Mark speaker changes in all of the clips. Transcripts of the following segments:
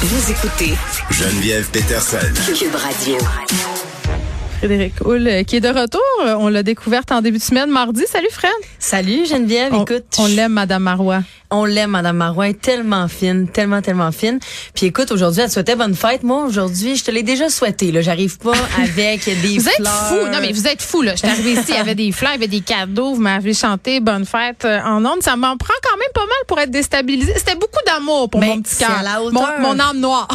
Speaker 1: Vous écoutez
Speaker 2: Geneviève Peterson.
Speaker 1: Cube Radio.
Speaker 3: Frédéric Houle, euh, qui est de retour. On l'a découverte en début de semaine, mardi. Salut, Fred.
Speaker 4: Salut Geneviève,
Speaker 3: On-
Speaker 4: écoute,
Speaker 3: On
Speaker 4: je-
Speaker 3: l'aime, Madame Marois.
Speaker 4: on l'aime Madame Marois, elle est tellement fine, tellement tellement fine. Puis écoute, aujourd'hui elle te souhaitait bonne fête. Moi aujourd'hui, je te l'ai déjà souhaité. Là, j'arrive pas avec des
Speaker 3: Vous êtes
Speaker 4: fleurs.
Speaker 3: fou. Non, mais vous êtes fou, là. Je suis arrivée ici, il y avait des fleurs, il y avait des cadeaux. Vous m'avez chanté Bonne fête euh, en ondes. Ça m'en prend quand même pas mal pour être déstabilisée. C'était beaucoup d'amour pour
Speaker 4: Ben,
Speaker 3: mon petit
Speaker 4: c'est
Speaker 3: cœur.
Speaker 4: à la
Speaker 3: Mon,
Speaker 4: hauteur.
Speaker 3: mon âme noire.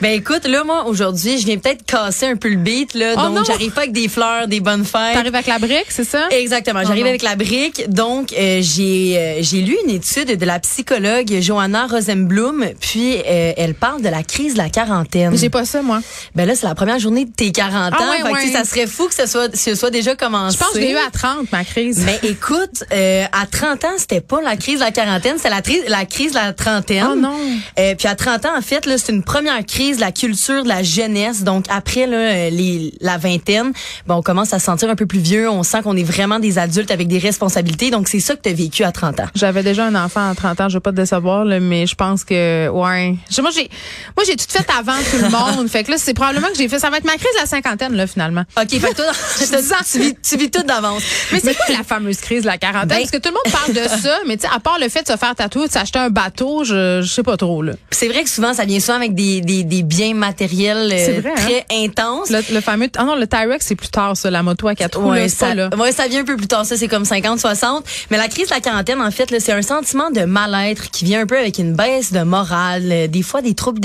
Speaker 4: ben écoute, là moi aujourd'hui, je viens peut-être casser un peu le beat là,
Speaker 3: Oh
Speaker 4: donc
Speaker 3: non!
Speaker 4: j'arrive pas avec des fleurs, des bonnes fêtes.
Speaker 3: T'arrives avec la brique, c'est ça?
Speaker 4: Exactement. J'arrive
Speaker 3: non.
Speaker 4: avec la brique. Donc, euh, j'ai euh, j'ai lu une étude de la psychologue Johanna Rosenblum. Puis, euh, elle parle de la crise de la quarantaine.
Speaker 3: J'ai pas ça, moi.
Speaker 4: Ben là, c'est la première journée de tes 40 ans.
Speaker 3: Ah ouais,
Speaker 4: Fait que, tu sais,
Speaker 3: ouais.
Speaker 4: ça serait fou que ce soit, ce soit déjà commencé.
Speaker 3: Je pense que je l'ai eu à 30, ma crise.
Speaker 4: Mais écoute, euh, à 30 ans, c'était pas la crise de la quarantaine, c'était la, tri- la crise de la trentaine.
Speaker 3: Oh non.
Speaker 4: Euh, puis à 30 ans, en fait, là, c'est une première crise de la culture, de la jeunesse. Donc après là, euh, les, la vingtaine, ben, on commence à se sentir un peu plus vieux. On sent qu'on est vraiment des adultes avec des responsabilités. Donc c'est ça que tu as vécu à 30 ans.
Speaker 3: J'avais déjà un enfant à 30 ans, je veux pas te décevoir, là, mais je pense que, ouais. Je- Moi, j'ai, moi, j'ai tout fait avant tout le monde. fait que là, c'est probablement que j'ai fait, ça va être ma crise de la cinquantaine, là, finalement.
Speaker 4: OK, fait que toi, je te dis, tu vis, tu vis tout d'avance.
Speaker 3: Mais c'est quoi la fameuse crise de la quarantaine?
Speaker 4: Ben-
Speaker 3: Parce que tout le monde parle de ça, mais tu sais, à part le fait de se faire tatouer, de s'acheter un bateau, je, je sais pas trop, là.
Speaker 4: C'est vrai que souvent, ça vient souvent avec des, des, des biens matériels euh,
Speaker 3: C'est vrai, hein?
Speaker 4: très intenses.
Speaker 3: Le, le fameux, ah non, le T-Rex, c'est plus tard, ça, la moto à quatre roues, là,
Speaker 4: Ouais,
Speaker 3: c'est pas
Speaker 4: ça,
Speaker 3: là.
Speaker 4: ouais, ça vient un peu plus tard, ça c'est comme 50 60, mais la crise de la quarantaine en fait, là, c'est un sentiment de mal-être qui vient un peu avec une baisse de morale, euh, des fois des troubles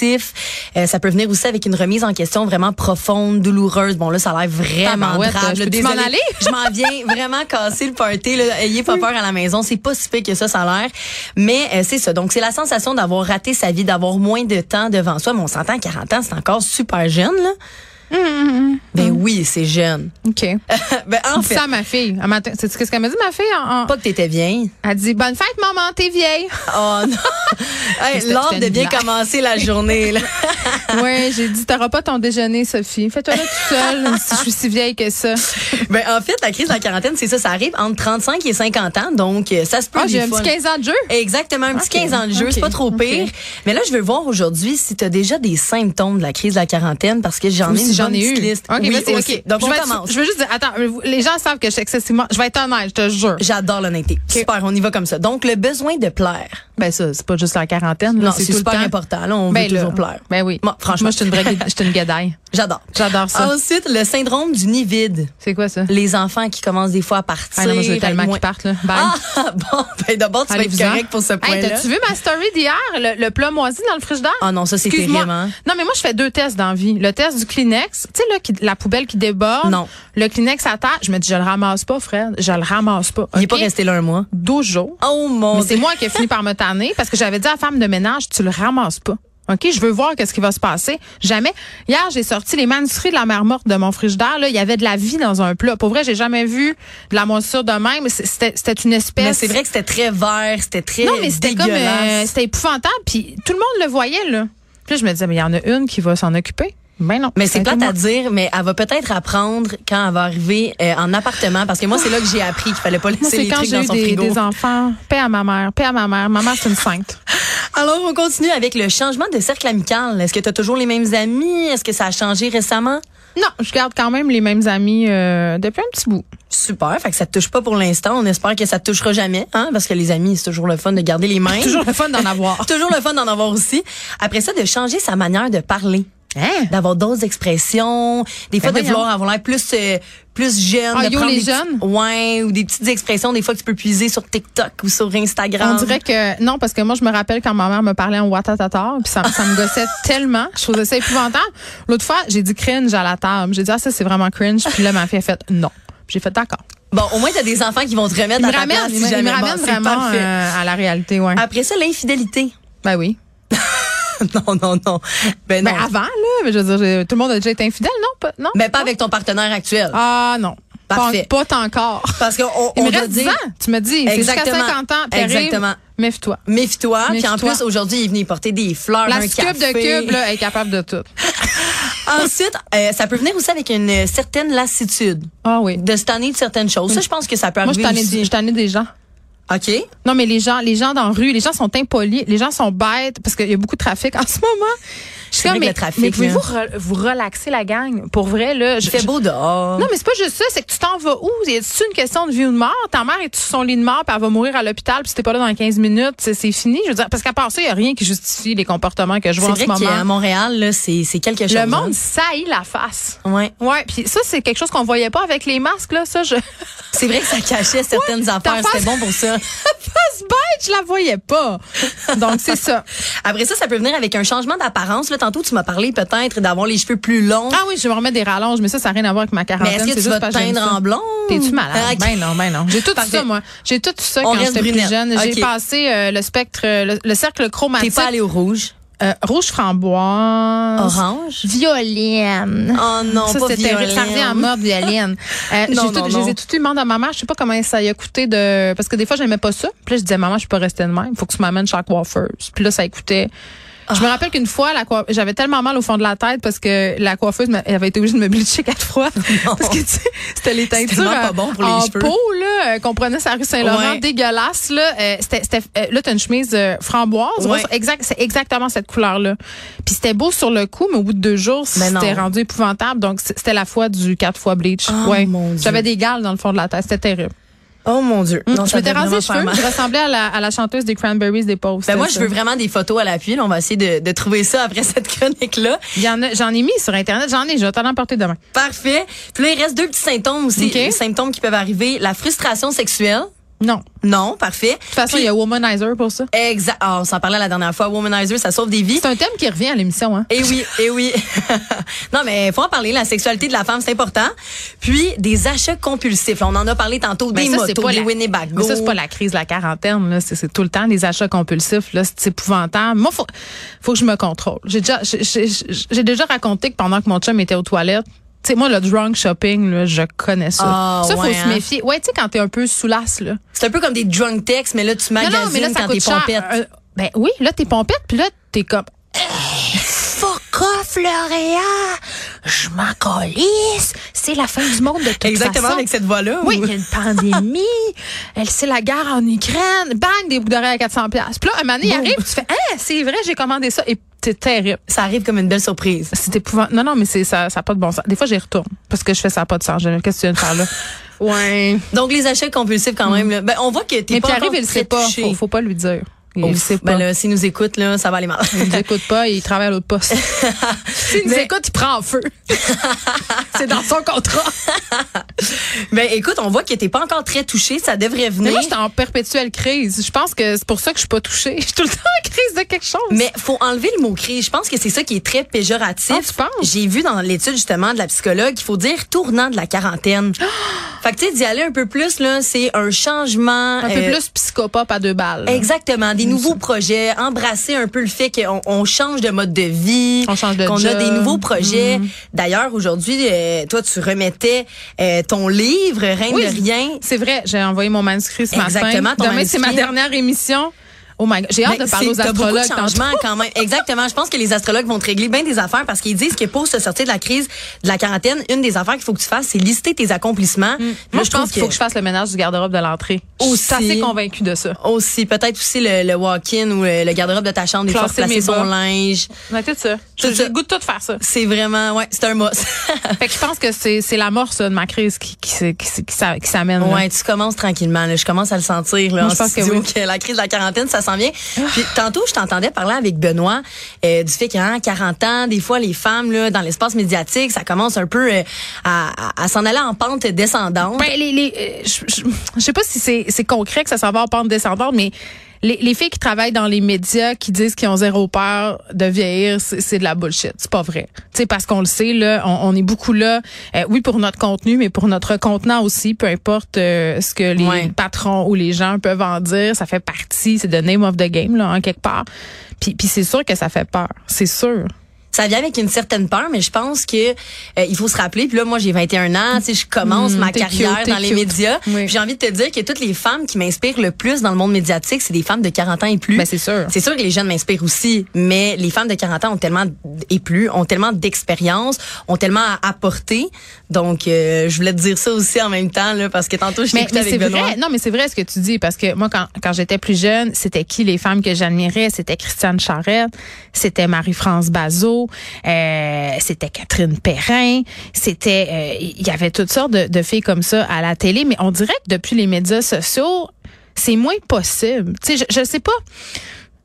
Speaker 4: dépressifs, Euh, ça peut venir aussi avec une remise en question vraiment profonde, douloureuse. Bon là ça a l'air vraiment
Speaker 3: Tabarouette,
Speaker 4: grave,
Speaker 3: je
Speaker 4: là,
Speaker 3: peux-tu m'en
Speaker 4: désolée.
Speaker 3: aller? Mm.
Speaker 4: je m'en viens vraiment casser le party. Là. Ayez pas peur à la maison, c'est pas si pire que ça, ça a l'air. Mais euh, c'est ça. Donc c'est la sensation d'avoir raté sa vie, d'avoir moins de temps devant soi. Mais on s'entend, 40 ans, c'est encore super jeune là.
Speaker 3: Mm,
Speaker 4: Ben oui, c'est jeune.
Speaker 3: OK.
Speaker 4: ben en
Speaker 3: Dis
Speaker 4: fait,
Speaker 3: ça à ma fille. Un matin, sais-tu qu'est-ce qu'elle m'a dit, ma fille? En- en-
Speaker 4: pas que t'étais vieille.
Speaker 3: Elle dit, bonne fête, maman, t'es vieille.
Speaker 4: Oh non. hey,
Speaker 3: C'était-
Speaker 4: l'ordre
Speaker 3: c'était
Speaker 4: de
Speaker 3: une
Speaker 4: bien
Speaker 3: blague.
Speaker 4: commencer la journée là.
Speaker 3: ouais, j'ai dit, t'auras pas ton déjeuner, Sophie. Fais-toi là toute seule, si je suis si vieille que ça.
Speaker 4: ben en fait, la crise de la quarantaine, c'est ça, ça arrive entre 35 et 50 ans, donc euh, ça se peut
Speaker 3: Ah, j'ai
Speaker 4: des
Speaker 3: un
Speaker 4: fois,
Speaker 3: petit
Speaker 4: là.
Speaker 3: 15 ans de jeu.
Speaker 4: Exactement, un petit
Speaker 3: Ok,
Speaker 4: 15 ans de jeu, c'est
Speaker 3: ok,
Speaker 4: pas trop
Speaker 3: ok.
Speaker 4: pire. Mais là, je veux voir aujourd'hui si tu as déjà des symptômes de la crise de la quarantaine parce que j'en
Speaker 3: Ou
Speaker 4: ai
Speaker 3: si
Speaker 4: une
Speaker 3: j'en
Speaker 4: bonne
Speaker 3: ai
Speaker 4: petite
Speaker 3: eu.
Speaker 4: liste.
Speaker 3: Ok,
Speaker 4: Oui,
Speaker 3: vas-y,
Speaker 4: aussi.
Speaker 3: ok.
Speaker 4: Donc
Speaker 3: je
Speaker 4: on
Speaker 3: vais être-
Speaker 4: commence.
Speaker 3: Je veux juste dire, attends, euh, vous- les gens savent que je suis excessivement. Je vais être honnête, je te jure.
Speaker 4: J'adore l'honnêteté. Super, on y va comme ça. Donc le besoin de plaire.
Speaker 3: Ben ça, c'est pas juste la quarantaine, là,
Speaker 4: Non,
Speaker 3: c'est
Speaker 4: c'est
Speaker 3: tout le
Speaker 4: super
Speaker 3: temps.
Speaker 4: important. Ah, Là, on veut
Speaker 3: Ben là,
Speaker 4: toujours plaire.
Speaker 3: Ben oui.
Speaker 4: Moi, franchement.
Speaker 3: Moi, je suis une vraie gué- je suis une guédaille.
Speaker 4: J'adore.
Speaker 3: J'adore ça.
Speaker 4: Ensuite, le syndrome du nid vide.
Speaker 3: C'est quoi ça?
Speaker 4: Les enfants qui commencent des fois à partir.
Speaker 3: Ah non, moi, je veux
Speaker 4: être
Speaker 3: tellement
Speaker 4: moins-
Speaker 3: qu'ils partent, là. Bye.
Speaker 4: Ah, bon, ben d'abord, tu vas être
Speaker 3: Allez-vous-en.
Speaker 4: correct pour ce
Speaker 3: Hey,
Speaker 4: point-là.
Speaker 3: T'as-tu vu ma story d'hier, le, le plat moisi dans le frigidaire?
Speaker 4: Ah non, ça, c'est
Speaker 3: Excuse-moi.
Speaker 4: terrible, hein.
Speaker 3: Non, mais moi, je fais deux tests dans la vie. Le test du Kleenex, tu sais, là, qui- la poubelle qui déborde.
Speaker 4: Non.
Speaker 3: Le Kleenex à terre, je me dis, je le ramasse pas, Fred. Je le ramasse pas.
Speaker 4: Il n'est
Speaker 3: OK?
Speaker 4: pas resté là un mois.
Speaker 3: 12 jours.
Speaker 4: Oh mon
Speaker 3: Mais c'est
Speaker 4: Dieu.
Speaker 3: moi qui ai fini par me tanner parce que j'avais dit à la femme de ménage, tu le ramasses pas. OK, je veux voir qu'est-ce qui va se passer. Jamais. Hier, j'ai sorti les manuscrits de la mer morte de mon frigidaire. Là, il y avait de la vie dans un plat. Pour vrai, j'ai jamais vu de la moisissure de même. C- C'était c'était une espèce.
Speaker 4: Mais c'est vrai que c'était très vert, c'était très
Speaker 3: Non, mais c'était comme, euh,
Speaker 4: dégueulasse.
Speaker 3: c'était épouvantable. Puis tout le monde le voyait là. Puis là, je me disais, mais il y en a une qui va s'en occuper. Ben non.
Speaker 4: mais c'est
Speaker 3: pas
Speaker 4: plate à dire, mais elle va peut-être apprendre quand elle va arriver euh, en appartement, parce que moi, c'est là que j'ai appris qu'il fallait pas
Speaker 3: Moi,
Speaker 4: laisser
Speaker 3: c'est
Speaker 4: les
Speaker 3: quand
Speaker 4: trucs
Speaker 3: j'ai
Speaker 4: dans
Speaker 3: eu
Speaker 4: son
Speaker 3: des,
Speaker 4: frigo.
Speaker 3: des enfants. Paix à ma mère, paix à ma mère. Ma mère, c'est une sainte.
Speaker 4: Alors, on continue avec le changement de cercle amical. Est-ce que tu as toujours les mêmes amis? Est-ce que ça a changé récemment?
Speaker 3: Non, je garde quand même les mêmes amis euh, depuis un petit bout.
Speaker 4: Super, fait que ça te touche pas pour l'instant. On espère que ça te touchera jamais, hein, parce que les amis, c'est toujours le fun de garder les mêmes.
Speaker 3: Toujours le fun d'en avoir.
Speaker 4: toujours le fun d'en avoir aussi. Après ça, de changer sa manière de parler.
Speaker 3: Hein? Ben
Speaker 4: d'avoir d'autres expressions, des fois de
Speaker 3: voyons.
Speaker 4: vouloir avoir l'air plus euh, plus jeune,
Speaker 3: Ah,
Speaker 4: de
Speaker 3: yo,
Speaker 4: prendre
Speaker 3: les
Speaker 4: des petits-
Speaker 3: jeunes?
Speaker 4: ouais, ou des petites expressions des fois que tu peux puiser sur TikTok ou sur Instagram.
Speaker 3: On dirait que non parce que moi je me rappelle quand ma mère me parlait en watatata puis ça, ça me gossait tellement, je trouvais ça épouvantable. L'autre fois, j'ai dit cringe à la table. J'ai dit ah ça c'est vraiment cringe puis là ma fille a fait non. Puis J'ai fait d'accord.
Speaker 4: Bon, au moins t'as des enfants qui vont te remettre
Speaker 3: Il
Speaker 4: à
Speaker 3: me
Speaker 4: ta
Speaker 3: ramène,
Speaker 4: place si
Speaker 3: il me- il
Speaker 4: jamais.
Speaker 3: me
Speaker 4: Bon,
Speaker 3: ramène
Speaker 4: c'est
Speaker 3: vraiment
Speaker 4: parfait. Ah.
Speaker 3: euh, à la réalité, ouais.
Speaker 4: Après ça, l'infidélité.
Speaker 3: Ben oui.
Speaker 4: non, non, non. Ben non.
Speaker 3: Ben avant là, mais je veux dire j'ai- tout le monde a déjà été infidèle, non pas non.
Speaker 4: Mais pas avec ton partenaire actuel.
Speaker 3: Ah non. Pas-
Speaker 4: Parfait.
Speaker 3: Pas, encore.
Speaker 4: Parce qu'on on,
Speaker 3: Il
Speaker 4: on
Speaker 3: me
Speaker 4: doit
Speaker 3: reste 10
Speaker 4: dire.
Speaker 3: ans, tu me dis, c'est jusqu'à
Speaker 4: Exactement.
Speaker 3: 50 ans, Pierre-Yves,
Speaker 4: Exactement.
Speaker 3: Méfie-toi.
Speaker 4: Méfie-toi. Puis en
Speaker 3: Méfie-toi.
Speaker 4: plus, aujourd'hui, il est venu porter des fleurs,
Speaker 3: La
Speaker 4: un
Speaker 3: cube
Speaker 4: café.
Speaker 3: de cube là, est capable de tout.
Speaker 4: Ensuite, euh, ça peut venir aussi avec une euh, certaine lassitude.
Speaker 3: Ah oui.
Speaker 4: de se tanner de certaines choses. Ça, je pense que ça peut
Speaker 3: Moi je
Speaker 4: arriver
Speaker 3: t'en ai
Speaker 4: aussi.
Speaker 3: je t'en ai des gens.
Speaker 4: OK.
Speaker 3: Non, mais les gens, les gens dans la rue, les gens sont impolis, les gens sont bêtes parce qu'il y a beaucoup de trafic en ce moment. Je suis
Speaker 4: C'est vrai
Speaker 3: comme,
Speaker 4: que
Speaker 3: mais,
Speaker 4: le trafic,
Speaker 3: mais pouvez-vous
Speaker 4: là.
Speaker 3: re- vous relaxer la gang? Pour vrai, là.
Speaker 4: Il
Speaker 3: je-
Speaker 4: fait beau dehors.
Speaker 3: Non, mais c'est pas juste ça, c'est que tu t'en vas où? C'est une question de vie ou de mort. Ta mère est sur son lit de mort, puis elle va mourir à l'hôpital, puis si t'es pas là dans 15 minutes, c'est- c'est fini. Je veux dire, parce qu'à part ça, il y a rien qui justifie les comportements que je vois en
Speaker 4: c'est
Speaker 3: ce
Speaker 4: vrai qu'à
Speaker 3: moment.
Speaker 4: Montréal, là, c'est c'est quelque chose.
Speaker 3: Le
Speaker 4: hein.
Speaker 3: monde saillit la face.
Speaker 4: Ouais.
Speaker 3: Ouais, puis ça c'est quelque chose qu'on voyait pas avec les masques là, ça je
Speaker 4: C'est vrai que ça cachait certaines affaires.
Speaker 3: face-
Speaker 4: C'était bon pour ça.
Speaker 3: face bête, je la voyais pas. Donc c'est ça.
Speaker 4: Après ça, ça peut venir avec un changement d'apparence. Là, tantôt, tu m'as parlé peut-être d'avoir les cheveux plus longs.
Speaker 3: Ah oui, je vais me remettre des rallonges, mais ça ça n'a rien à voir avec ma
Speaker 4: mais
Speaker 3: quarantaine,
Speaker 4: est-ce
Speaker 3: c'est
Speaker 4: que tu
Speaker 3: juste
Speaker 4: vas te
Speaker 3: parce que j'aime
Speaker 4: teindre
Speaker 3: ça.
Speaker 4: en blond?
Speaker 3: T'es-tu malade?
Speaker 4: Ah, ok.
Speaker 3: Ben non, ben non. J'ai tout
Speaker 4: Parfait.
Speaker 3: ça, moi. J'ai tout ça
Speaker 4: On
Speaker 3: quand
Speaker 4: reste
Speaker 3: j'étais plus
Speaker 4: brunette.
Speaker 3: jeune.
Speaker 4: Ok.
Speaker 3: J'ai passé euh, le spectre, euh, le, le cercle
Speaker 4: T'es
Speaker 3: chromatique.
Speaker 4: pas allé au rouge?
Speaker 3: Euh, rouge framboise.
Speaker 4: Orange?
Speaker 3: Violène.
Speaker 4: Oh non,
Speaker 3: ça,
Speaker 4: pas
Speaker 3: c'était terrible. Ça
Speaker 4: violène.
Speaker 3: revient en mode violène. Euh, j'ai
Speaker 4: Non, non,
Speaker 3: tout- je
Speaker 4: non.
Speaker 3: les ai tout eu demandé à maman. Je sais pas comment ça y a coûté de. Parce que des fois, j'aimais pas ça. Puis là, je disais, maman, je suis pas restée de même. Faut que tu m'amènes chez la coiffeuse. Puis là, ça coûtait. Je
Speaker 4: Ah.
Speaker 3: me rappelle qu'une fois, la coif- j'avais tellement mal au fond de la tête parce que la coiffeuse m'a- elle avait été obligée de me bleacher quatre fois. Parce que tu sais, c'était les teintures
Speaker 4: tellement pas
Speaker 3: en-
Speaker 4: bon pour les
Speaker 3: en
Speaker 4: cheveux.
Speaker 3: peau là, euh, qu'on prenait sur la rue Saint-Laurent,
Speaker 4: Ouais.
Speaker 3: dégueulasse là. Euh, c'était, c'était, euh, là, t'as une chemise euh, framboise.
Speaker 4: Ouais.
Speaker 3: Moi, c'est exact, c'est exactement cette couleur là. Puis c'était beau sur le coup, mais au bout de deux jours,
Speaker 4: Mais Ben non.
Speaker 3: c'était rendu épouvantable. Donc c- c'était la fois du quatre fois bleach.
Speaker 4: Oh,
Speaker 3: ouais.
Speaker 4: mon Dieu.
Speaker 3: J'avais des gales dans le fond de la tête. C'était terrible.
Speaker 4: Oh mon Dieu. Non,
Speaker 3: je
Speaker 4: ça
Speaker 3: m'étais
Speaker 4: devait
Speaker 3: rasé les
Speaker 4: vraiment faire
Speaker 3: cheveux.
Speaker 4: mal.
Speaker 3: Je ressemblais à la, à la chanteuse des Cranberries des pauvres.
Speaker 4: Ben
Speaker 3: c'était
Speaker 4: moi,
Speaker 3: ça.
Speaker 4: je veux vraiment des photos à l'appui. là. On va essayer de, de trouver ça après cette chronique-là.
Speaker 3: Il y en a- j'en ai mis sur internet. J'en ai. Je vais t'en emporter demain.
Speaker 4: Parfait. Puis là, il reste deux petits symptômes aussi.
Speaker 3: Ok.
Speaker 4: Les symptômes qui peuvent arriver. La frustration sexuelle.
Speaker 3: Non. De
Speaker 4: Non, parfait.
Speaker 3: toute façon, il y a Womanizer pour ça.
Speaker 4: Exact. Ah, on s'en parlait la dernière fois. Womanizer, ça sauve des vies.
Speaker 3: C'est un thème qui revient à l'émission. Hein.
Speaker 4: Eh oui, eh oui. non, mais faut en parler. La sexualité de la femme, c'est important. Puis, des achats compulsifs. On en a parlé tantôt.
Speaker 3: Ben,
Speaker 4: des
Speaker 3: ça, c'est
Speaker 4: motos,
Speaker 3: pas
Speaker 4: des
Speaker 3: la-
Speaker 4: Winnebago.
Speaker 3: Mais ça, c'est pas la crise de la quarantaine. là. C'est, c'est tout le temps des achats compulsifs. Là. C'est, c'est épouvantable. Moi, faut, faut que je me contrôle. J'ai déjà, j'ai, j'ai- j'ai déjà raconté que pendant que mon chum était aux toilettes, tu sais, moi, le drunk shopping, là, je connais ça.
Speaker 4: Ah,
Speaker 3: ça, faut
Speaker 4: ouais,
Speaker 3: se
Speaker 4: hein.
Speaker 3: méfier. Ouais, tu sais, quand t'es un peu soulasse, là.
Speaker 4: C'est un peu comme des drunk texts, mais là, tu magasines quand t'es pompette.
Speaker 3: Euh, ben oui, là, t'es pompette, puis là, t'es comme... Eh, Fuck off, L'Oréal! Je m'en calisse! C'est la fin du monde de toute
Speaker 4: Exactement,
Speaker 3: façon.
Speaker 4: avec cette voix-là.
Speaker 3: Oui,
Speaker 4: ou-
Speaker 3: il y a une pandémie. Elle sait la guerre en Ukraine. Bang, des boucles d'oreilles à 400 pièces. Puis là, un moment donné, il arrive, tu fais, ah, c'est vrai, j'ai commandé ça. Et c'est terrible.
Speaker 4: Ça arrive comme une belle surprise.
Speaker 3: C'est épouvantable. Non, non, mais c'est ça, ça a pas de bon sens. Des fois, j'y retourne parce que je fais ça a pas de sens. Geneviève. Qu'est-ce que tu viens de faire là? ouais.
Speaker 4: Donc, les achats compulsifs, quand même, là. Ben, on voit que t'es
Speaker 3: Mais
Speaker 4: pas
Speaker 3: puis arrive,
Speaker 4: encore
Speaker 3: il le
Speaker 4: très
Speaker 3: sait pas.
Speaker 4: touché.
Speaker 3: Faut, faut pas lui dire. Il le
Speaker 4: Ouf.
Speaker 3: sait
Speaker 4: Ben
Speaker 3: pas.
Speaker 4: là, s'il nous écoute, là, ça va aller mal.
Speaker 3: Il nous écoute pas, il travaille à l'autre poste. S'il nous
Speaker 4: Mais-
Speaker 3: écoute, il prend en feu. c'est dans son contrat.
Speaker 4: ben, écoute, on voit que t'es pas encore très touché. Ça
Speaker 3: Mais
Speaker 4: devrait venir.
Speaker 3: moi, j'étais en perpétuelle crise. Je pense que c'est pour ça que je suis pas touchée. Je suis tout le temps en crise de quelque chose.
Speaker 4: Mais faut enlever le mot crise. Je pense que c'est ça qui est très péjoratif.
Speaker 3: Ah, tu penses?
Speaker 4: J'ai vu dans l'étude justement de la psychologue qu'il faut dire tournant de la quarantaine. fait que tu sais d'y aller un peu plus là, c'est un changement
Speaker 3: Un peu
Speaker 4: euh,
Speaker 3: plus psychopathe à deux balles.
Speaker 4: Exactement,
Speaker 3: Mm.
Speaker 4: des nouveaux projets, embrasser un peu le fait qu'on on change de mode de vie,
Speaker 3: On change de
Speaker 4: qu'on a
Speaker 3: job. Mm.
Speaker 4: des nouveaux projets. D'ailleurs, aujourd'hui, euh, toi, tu remettais euh, ton livre, Reine
Speaker 3: Oui.
Speaker 4: de rien.
Speaker 3: C'est vrai, j'ai envoyé mon manuscrit ce
Speaker 4: Exactement,
Speaker 3: matin.
Speaker 4: ton
Speaker 3: Demain, c'est ma
Speaker 4: manuscrit.
Speaker 3: dernière émission. Oh my God, j'ai hâte
Speaker 4: Ben,
Speaker 3: de parler
Speaker 4: c'est-
Speaker 3: aux
Speaker 4: t'as
Speaker 3: astrologues.
Speaker 4: Beaucoup de changements
Speaker 3: tantôt.
Speaker 4: quand même. Exactement. Je pense que les astrologues vont te régler bien des affaires parce qu'ils disent que pour se sortir de la crise, de la quarantaine, une des affaires qu'il faut que tu fasses, c'est lister tes accomplissements.
Speaker 3: Mm. Moi, je pense qu'il faut que je fasse le ménage du garde-robe de l'entrée. Je
Speaker 4: Aussi.
Speaker 3: suis assez convaincue de ça.
Speaker 4: aussi, peut-être aussi le, le walk-in ou le, le garde-robe de ta chambre, des fois
Speaker 3: Classer
Speaker 4: placer
Speaker 3: mes
Speaker 4: son
Speaker 3: bas.
Speaker 4: linge.
Speaker 3: Ouais, tout ça. J'ai
Speaker 4: ça.
Speaker 3: j'ai le goût de tout faire ça.
Speaker 4: C'est vraiment, ouais, c'est un must.
Speaker 3: Fait que je pense que c'est c'est l'amorce ça, de ma crise qui, qui, se- qui, se- qui s'a- qui s'amène. là.
Speaker 4: ouais, tu commences tranquillement, là. Je commence à le sentir, là.
Speaker 3: Moi,
Speaker 4: en
Speaker 3: je pense que
Speaker 4: studio,
Speaker 3: oui.
Speaker 4: la crise de la quarantaine, ça s'en vient. Puis, tantôt, je t'entendais parler avec Benoît, euh, du fait qu'en 40 ans, des fois, les femmes, là, dans l'espace médiatique, ça commence un peu euh, à, à- à s'en aller en pente descendante.
Speaker 3: Ben, les, les, euh, je- je je sais pas si c'est c'est concret que ça s'en va en pente descendante, mais les, les filles qui travaillent dans les médias, qui disent qu'ils ont zéro peur de vieillir, c'est c'est de la bullshit. C'est pas vrai. Tu sais, parce qu'on le sait, là, on, on est beaucoup là, euh, oui, pour notre contenu, mais pour notre contenant aussi, peu importe euh, ce que les
Speaker 4: Ouais.
Speaker 3: patrons ou les gens peuvent en dire, ça fait hein, partie, c'est the name of the game, là, en quelque part. Puis, puis c'est sûr que ça fait peur. C'est sûr.
Speaker 4: ça vient avec une certaine peur, mais je pense que euh, il faut se rappeler. Puis là, moi, j'ai 21 ans, tu sais, je commence
Speaker 3: Mm,
Speaker 4: ma
Speaker 3: t'es
Speaker 4: carrière
Speaker 3: cute, t'es
Speaker 4: dans les
Speaker 3: cute.
Speaker 4: médias.
Speaker 3: Oui.
Speaker 4: Puis J'ai envie de te dire que toutes les femmes qui m'inspirent le plus dans le monde médiatique, c'est des femmes de 40 ans et plus.
Speaker 3: Ben, c'est sûr.
Speaker 4: C'est sûr que les jeunes m'inspirent aussi, mais les femmes de 40 ans ont tellement d- et plus, ont tellement d'expérience, ont tellement à apporter. Donc, euh, je voulais te dire ça aussi en même temps, là, parce que tantôt, je
Speaker 3: Mais,
Speaker 4: t'écoutais
Speaker 3: mais c'est
Speaker 4: avec Benoît.
Speaker 3: vrai. Non, mais c'est vrai ce que tu dis parce que moi, quand, quand j'étais plus jeune, c'était qui les femmes que j'admirais C'était Christiane Charette, c'était Marie-France Bazot, euh, c'était Catherine Perrin, c'était euh, il y avait toutes sortes de, de filles comme ça à la télé. Mais on dirait que depuis les médias sociaux, c'est moins possible. Tu sais, je, je sais pas.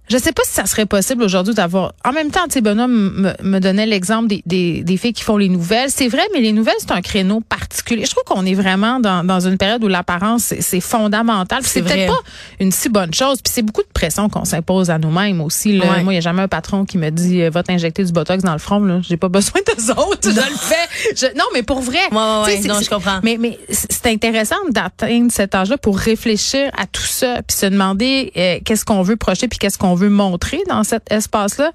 Speaker 3: Je sais pas si ça serait possible aujourd'hui d'avoir. En même temps, tu sais, Benoît m- me me donnait l'exemple des, des, des filles qui font les nouvelles. C'est vrai, mais les nouvelles, c'est un créneau particulier. Je trouve qu'on est vraiment dans, dans une période où l'apparence, c'est- c'est fondamental. Puis C'est
Speaker 4: C'est vrai.
Speaker 3: peut-être pas une si bonne chose. Puis c'est beaucoup de pression qu'on s'impose à nous-mêmes aussi. là.
Speaker 4: Ouais.
Speaker 3: Moi, il n'y a jamais un patron qui me dit euh, va t'injecter du botox dans le front. Là, j'ai pas besoin d'eux autres. Je le fais. Je- Non, mais pour vrai.
Speaker 4: Ouais, ouais,
Speaker 3: Tu sais,
Speaker 4: ouais.
Speaker 3: c'est-
Speaker 4: Non,
Speaker 3: c'est-
Speaker 4: je comprends.
Speaker 3: Mais, mais c'est c'est intéressant d'atteindre cet âge-là pour réfléchir à tout ça, puis se demander euh, qu'est-ce qu'on veut projeter, puis qu'est-ce qu'on veut montrer dans cet espace-là.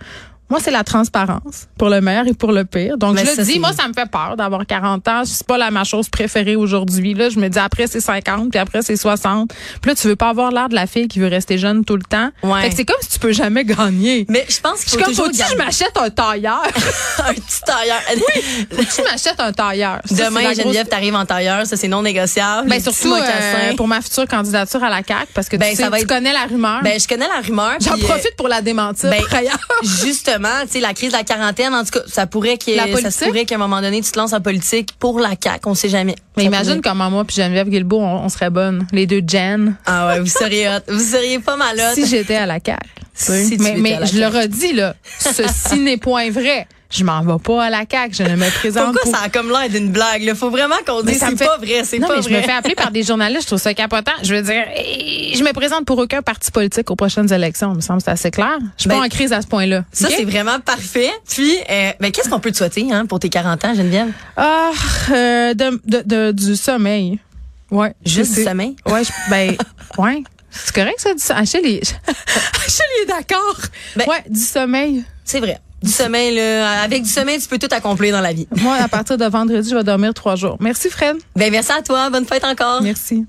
Speaker 3: Moi, c'est la transparence, pour le meilleur et pour le pire. Donc,
Speaker 4: Mais
Speaker 3: je
Speaker 4: ça,
Speaker 3: le dis,
Speaker 4: c'est-
Speaker 3: moi, ça me fait peur d'avoir 40 ans. C'est pas la ma chose préférée aujourd'hui. Là, je me dis, après, c'est 50, puis après, c'est 60. Puis là, tu veux pas avoir l'air de la fille qui veut rester jeune tout le temps.
Speaker 4: Ouais.
Speaker 3: Fait que c'est comme si tu peux jamais gagner.
Speaker 4: Mais je pense
Speaker 3: je
Speaker 4: qu'il
Speaker 3: suis
Speaker 4: faut
Speaker 3: comme,
Speaker 4: toujours
Speaker 3: faut-tu que je
Speaker 4: garder
Speaker 3: m'achète un tailleur?
Speaker 4: un petit tailleur.
Speaker 3: Faut-tu que je m'achète un tailleur? Ça, c'est
Speaker 4: Demain,
Speaker 3: la grosse-
Speaker 4: Geneviève, t'arrives en tailleur, ça c'est non négociable.
Speaker 3: Ben
Speaker 4: Les petits
Speaker 3: surtout
Speaker 4: mocassins.
Speaker 3: euh, pour ma future candidature à la CAC parce que tu,
Speaker 4: Ben,
Speaker 3: sais,
Speaker 4: ça va
Speaker 3: tu
Speaker 4: être-
Speaker 3: connais la rumeur.
Speaker 4: ben je connais la rumeur.
Speaker 3: Hein? J'en
Speaker 4: puis, euh,
Speaker 3: profite pour la démentir.
Speaker 4: ben,
Speaker 3: par ailleurs.
Speaker 4: Justement, tu sais, la crise de la quarantaine, en tout cas, ça pourrait que
Speaker 3: La
Speaker 4: ça
Speaker 3: politique?
Speaker 4: se pourrait qu'à un moment donné, tu te lances en politique pour la CAQ, on sait jamais.
Speaker 3: Mais
Speaker 4: Ça
Speaker 3: imagine
Speaker 4: pourrait.
Speaker 3: comment moi puis Geneviève Guilbeault, on, on serait bonnes. Les deux Jen.
Speaker 4: Ah ouais, vous seriez hot. Vous seriez pas mal hot.
Speaker 3: Si j'étais à la CAQ. tu sais.
Speaker 4: Si tu
Speaker 3: mais
Speaker 4: étais
Speaker 3: mais
Speaker 4: à la
Speaker 3: je le
Speaker 4: CAQ.
Speaker 3: redis, là, ceci n'est point vrai. Je m'en vais pas à la CAQ. Je ne me présente
Speaker 4: Pourquoi
Speaker 3: pas.
Speaker 4: ça a comme l'air d'une blague? Là? Faut vraiment qu'on
Speaker 3: Mais
Speaker 4: dise
Speaker 3: ça me
Speaker 4: c'est
Speaker 3: fait-
Speaker 4: pas vrai, c'est
Speaker 3: Non,
Speaker 4: pas
Speaker 3: mais je me
Speaker 4: vrai.
Speaker 3: fais appeler par des journalistes, je trouve ça capotant. Je veux dire, eh, je me présente pour aucun parti politique aux prochaines élections, il me semble que c'est assez clair. Je suis
Speaker 4: Ben,
Speaker 3: pas en crise à ce point-là.
Speaker 4: Ça,
Speaker 3: OK?
Speaker 4: c'est vraiment parfait. Puis, euh, ben, qu'est-ce qu'on peut te souhaiter hein, pour tes 40 ans, Geneviève?
Speaker 3: Ah, euh, de, de- de- du sommeil. Ouais.
Speaker 4: Juste
Speaker 3: je
Speaker 4: du
Speaker 3: sais.
Speaker 4: sommeil?
Speaker 3: Ouais, je- ben, ouais. C'est correct, ça, du sommeil. Achille est, Achille est d'accord.
Speaker 4: Ben-
Speaker 3: ouais, du sommeil.
Speaker 4: C'est vrai. Du sommeil, là, avec du sommeil, tu peux tout accomplir dans la vie.
Speaker 3: Moi, à partir de vendredi, je vais dormir trois jours. Merci, Fred.
Speaker 4: Ben, merci à toi. Bonne fête encore.
Speaker 3: Merci.